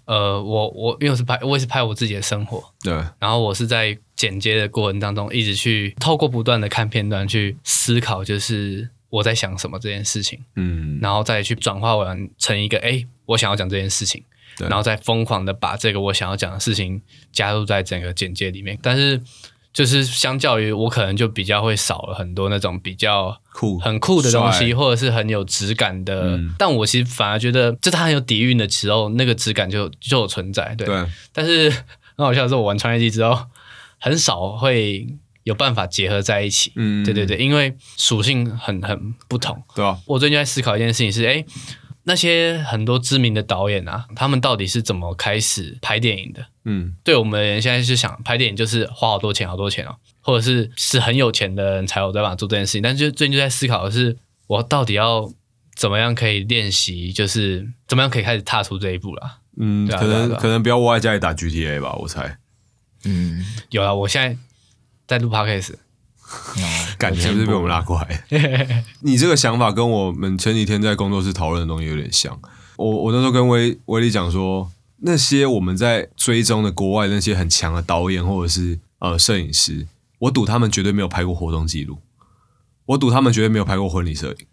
Speaker 2: 呃，我我因为我是拍，我也是拍我自己的生活，
Speaker 3: 对，
Speaker 2: 然后我是在剪接的过程当中，一直去透过不断的看片段去思考，就是我在想什么这件事情，
Speaker 3: 嗯，
Speaker 2: 然后再去转化完成一个，哎，我想要讲这件事情，
Speaker 3: 对
Speaker 2: 然后再疯狂的把这个我想要讲的事情加入在整个简介里面。但是就是相较于我，可能就比较会少了很多那种比较
Speaker 3: 酷，
Speaker 2: 很酷的东西，
Speaker 3: 帅，
Speaker 2: 或者是很有质感的。
Speaker 3: 嗯
Speaker 2: 但我其实反而觉得，就它很有底蕴的时候，那个质感就就有存在。对，
Speaker 3: 对，
Speaker 2: 但是很好笑的是，我玩穿越机之后，很少会有办法结合在一起。
Speaker 3: 嗯，
Speaker 2: 对对，对，因为属性很很不同。
Speaker 3: 对啊，
Speaker 2: 我最近在思考一件事情是，哎，那些很多知名的导演啊，他们到底是怎么开始拍电影的？
Speaker 3: 嗯，
Speaker 2: 对我们人现在是想拍电影，就是花好多钱，好多钱哦，或者是是很有钱的人才有办法做这件事情。但是就最近就在思考的是，我到底要怎么样可以练习，就是怎么样可以开始踏出这一步啦？
Speaker 3: 嗯，
Speaker 2: 对啊
Speaker 3: 可
Speaker 2: 对
Speaker 3: 能
Speaker 2: 啊对啊
Speaker 3: 可能不要窝在家里打 GTA 吧，我猜，
Speaker 1: 嗯，
Speaker 2: 有啊，我现在在录 podcast，
Speaker 1: 哦
Speaker 3: 感觉是不是被我们拉过来。你这个想法跟我们前几天在工作室讨论的东西有点像。我我那时候跟威威力讲说，那些我们在追踪的国外那些很强的导演或者是呃摄影师，我赌他们绝对没有拍过活动记录，我赌他们绝对没有拍过婚礼摄影，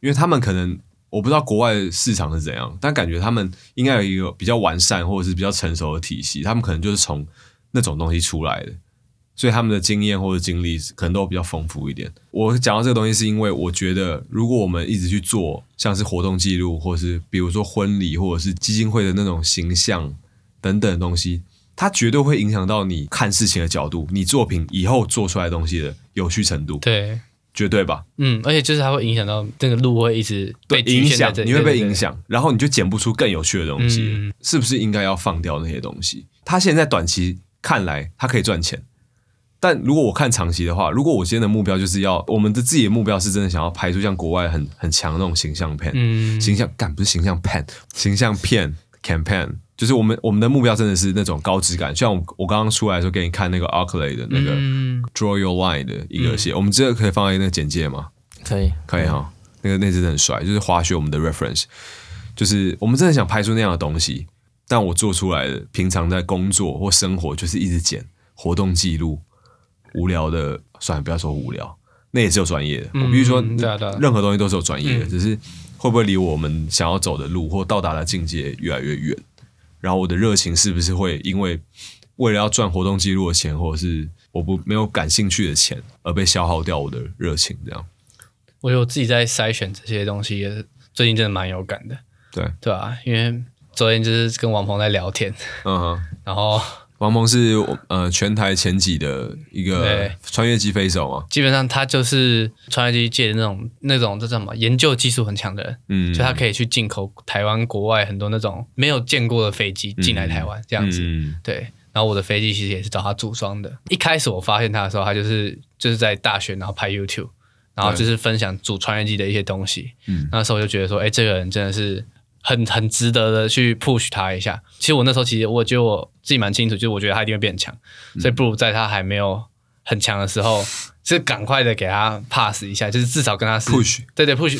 Speaker 3: 因为他们可能我不知道国外的市场是怎样，但感觉他们应该有一个比较完善或者是比较成熟的体系，他们可能就是从那种东西出来的。所以他们的经验或者经历可能都比较丰富一点。我讲到这个东西，是因为我觉得，如果我们一直去做像是活动记录，或是比如说婚礼，或者是基金会的那种形象等等的东西，它绝对会影响到你看事情的角度，你作品以后做出来的东西的有趣程度，
Speaker 2: 对，
Speaker 3: 绝对吧？
Speaker 2: 嗯，而且就是它会影响到这个路会一直被
Speaker 3: 对影
Speaker 2: 局限在
Speaker 3: 响
Speaker 2: 这，里
Speaker 3: 你会被影。
Speaker 2: 对对对
Speaker 3: 响，然后你就剪不出更有趣的东西了，
Speaker 2: 嗯
Speaker 3: 是不是应该要放掉那些东西？他现在短期看来，他可以赚钱，但如果我看长期的话，如果我今天的目标就是要我们的自己的目标是真的想要拍出像国外很很强的那种形象片，
Speaker 2: 嗯，
Speaker 3: 形象干不是形象片，形象片 campaign，就是我们我们的目标真的是那种高质感。像我我刚刚出来的时候给你看那个 Oakley 的那个、
Speaker 2: 嗯
Speaker 3: Draw Your Line 的一个写，我们这个可以放在那个简介吗？
Speaker 1: 可以，
Speaker 3: 可以哈，
Speaker 2: 嗯
Speaker 3: 那个那真的很帅，就是滑雪我们的 reference，就是我们真的想拍出那样的东西，但我做出来的，平常在工作或生活就是一直剪活动记录，无聊的，算了，不要说无聊，那也是有专业的，
Speaker 2: 嗯
Speaker 3: 我必须说，
Speaker 2: 对啊对啊
Speaker 3: 任何东西都是有专业的，
Speaker 2: 嗯
Speaker 3: 只是会不会离我们想要走的路或到达的境界越来越远，然后我的热情是不是会因为为了要赚活动记录的钱，或者是我不没有感兴趣的钱而被消耗掉我的热情，这样
Speaker 2: 我觉得我自己在筛选这些东西，也是最近真的蛮有感的，
Speaker 3: 对，
Speaker 2: 对啊，因为昨天就是跟王鹏在聊天，
Speaker 3: 嗯哼。
Speaker 2: 然后
Speaker 3: 王蒙是我呃全台前几的一个
Speaker 2: 对
Speaker 3: 穿越机飞手嘛，
Speaker 2: 基本上他就是穿越机界的那种那种这叫什么研究技术很强的人，
Speaker 3: 嗯，
Speaker 2: 就他可以去进口台湾国外很多那种没有见过的飞机进来台湾、这样子，
Speaker 3: 嗯
Speaker 2: 对。然后我的飞机其实也是找他组装的。一开始我发现他的时候，他就是就是在大学，然后拍 YouTube，然后就是分享组穿越机的一些东西。
Speaker 3: 嗯
Speaker 2: 那时候我就觉得说，哎，这个人真的是很很值得的去 push 他一下。其实我那时候其实我觉得我自己蛮清楚，就是我觉得他一定会变强，
Speaker 3: 嗯
Speaker 2: 所以不如在他还没有很强的时候，是赶快的给他 pass 一下，就是至少跟他是
Speaker 3: Push
Speaker 2: 对对 push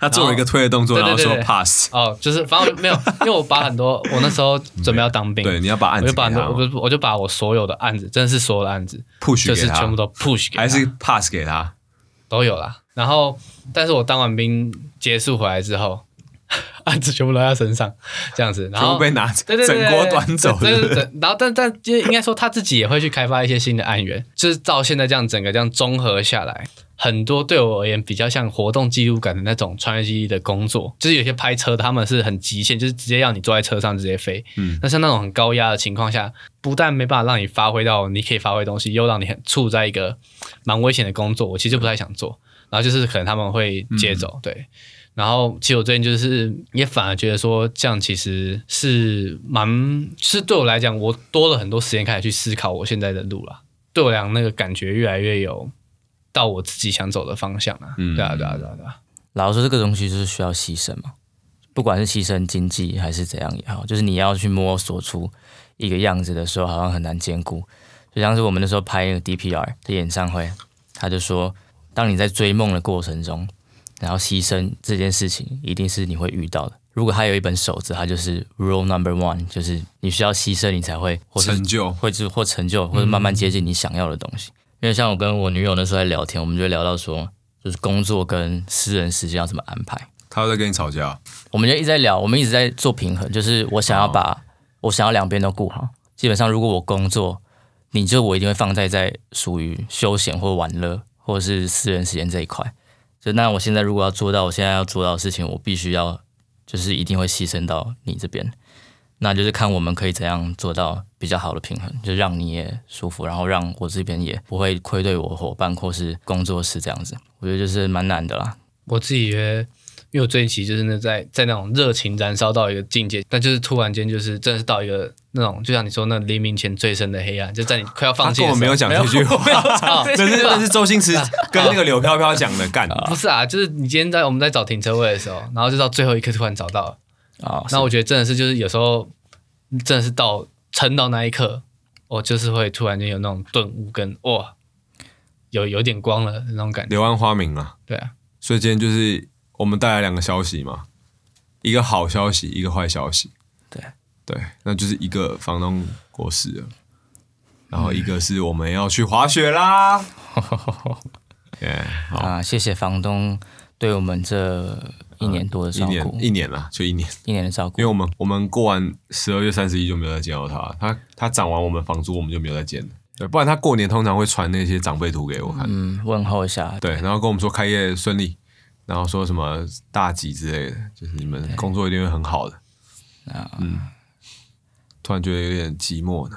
Speaker 3: 他做了一个推的动作，
Speaker 2: 然
Speaker 3: 然
Speaker 2: 后
Speaker 3: 后
Speaker 2: 对
Speaker 3: 说
Speaker 2: 对对对
Speaker 3: pass，
Speaker 2: 哦，就是反正我没有，因为我把很多我那时候准备要当兵，
Speaker 3: 对，你要把案子
Speaker 2: 我就
Speaker 3: 给
Speaker 2: 把
Speaker 3: 他
Speaker 2: 很多我
Speaker 3: 嘛
Speaker 2: 不我就把我所有的案子，真的是所有的案子，
Speaker 3: ，push
Speaker 2: 就
Speaker 3: 给
Speaker 2: 是全
Speaker 3: 他
Speaker 2: 部，都 push 给他
Speaker 3: 还是 pass 给他，
Speaker 2: 都有啦。然后，但是我当完兵结束回来之后， 案子全部都在他身上，这样子，然
Speaker 3: 全部
Speaker 2: 后
Speaker 3: 被拿
Speaker 2: 对
Speaker 3: 整
Speaker 2: 对对对
Speaker 3: 锅端走
Speaker 2: 对对对
Speaker 3: 的，
Speaker 2: 对然后但 但因为应该说他自己也会去开发一些新的案源，就是到现在这样整个这样综合下来，很多对我而言比较像活动记录感的那种穿越记忆的工作，就是有些拍车的他们是很极限，就是直接让你坐在车上直接飞。
Speaker 3: 嗯
Speaker 2: 那像那种很高压的情况下，不但没办法让你发挥到你可以发挥的东西，又让你很处在一个蛮危险的工作，我其实就不太想做。然后就是可能他们会
Speaker 3: 嗯
Speaker 2: 接走，对。然后其实我最近就是也反而觉得说，这样其实是蛮，是对我来讲，我多了很多时间开始去思考我现在的路啦。对我来讲，那个感觉越来越有到我自己想走的方向啊。
Speaker 3: 嗯
Speaker 2: 对啊，对啊，对啊，对啊。
Speaker 1: 老实说，这个东西就是需要牺牲嘛，不管是牺牲经济还是怎样也好，就是你要去摸索出一个样子的时候，好像很难兼顾。就像是我们那时候拍那个 DPR 的演唱会，他就说，当你在追梦的过程中，然后牺牲这件事情，一定是你会遇到的。如果他有一本手册，它就是 Rule Number One，就是你需要牺牲，你才会或是
Speaker 3: 成就，
Speaker 1: 或者或成就，或者慢慢接近你想要的东西。因为像我跟我女友那时候在聊天，我们就会聊到说，就是工作跟私人时间要怎么安排。
Speaker 3: 他在跟你吵架，
Speaker 1: 我们就一直在聊，我们一直在做平衡，就是我想要把、我想要两边都顾好。基本上，如果我工作，你就我一定会放在在属于休闲或玩乐或者是私人时间这一块。就那我现在如果要做到我现在要做到的事情，我必须要就是一定会牺牲到你这边。那就是看我们可以怎样做到比较好的平衡，就让你也舒服，然后让我这边也不会愧对我伙伴或是工作室这样子。我觉得就是蛮难的啦，
Speaker 2: 我自己觉得，因为我最近其实真的在在那种热情燃烧到一个境界，但就是突然间就是真的是到一个那种，就像你说那黎明前最深的黑暗，就在你快要放
Speaker 3: 他
Speaker 2: 弃
Speaker 3: 跟我
Speaker 2: 的时候。
Speaker 3: 没有讲这句话，
Speaker 2: 讲
Speaker 3: 这是这是周星驰跟那个柳飘飘讲的干，
Speaker 2: 不是啊，就是你今天在我们在找停车位的时候，然后就到最后一刻突然找到了，
Speaker 1: 啊、
Speaker 2: 那我觉得真的是就是有时候真的是到撑到那一刻，我就是会突然间有那种顿悟跟哇，有有点光了那种感觉。
Speaker 3: 柳暗花明啊。
Speaker 2: 对啊，
Speaker 3: 所以今天就是我们带来两个消息嘛，一个好消息，一个坏消息。
Speaker 1: 对
Speaker 3: 对，那就是一个房东过世了，然后一个是我们要去滑雪啦。耶，好，
Speaker 1: 啊，谢谢房东对我们这一年多的
Speaker 3: 一
Speaker 1: 照顾
Speaker 3: 年，一年啦，就一年，
Speaker 1: 一年的照顾
Speaker 3: 因为。我们我们过完十二月三十一就没有再见到他，他他涨完我们房租，我们就没有再见了。对，不然他过年通常会传那些长辈图给我看。
Speaker 1: 嗯，问候一下，
Speaker 3: 对，然后跟我们说开业顺利，然后说什么大吉之类的，就是你们工作一定会很好的。嗯，突然觉得有点寂寞呢。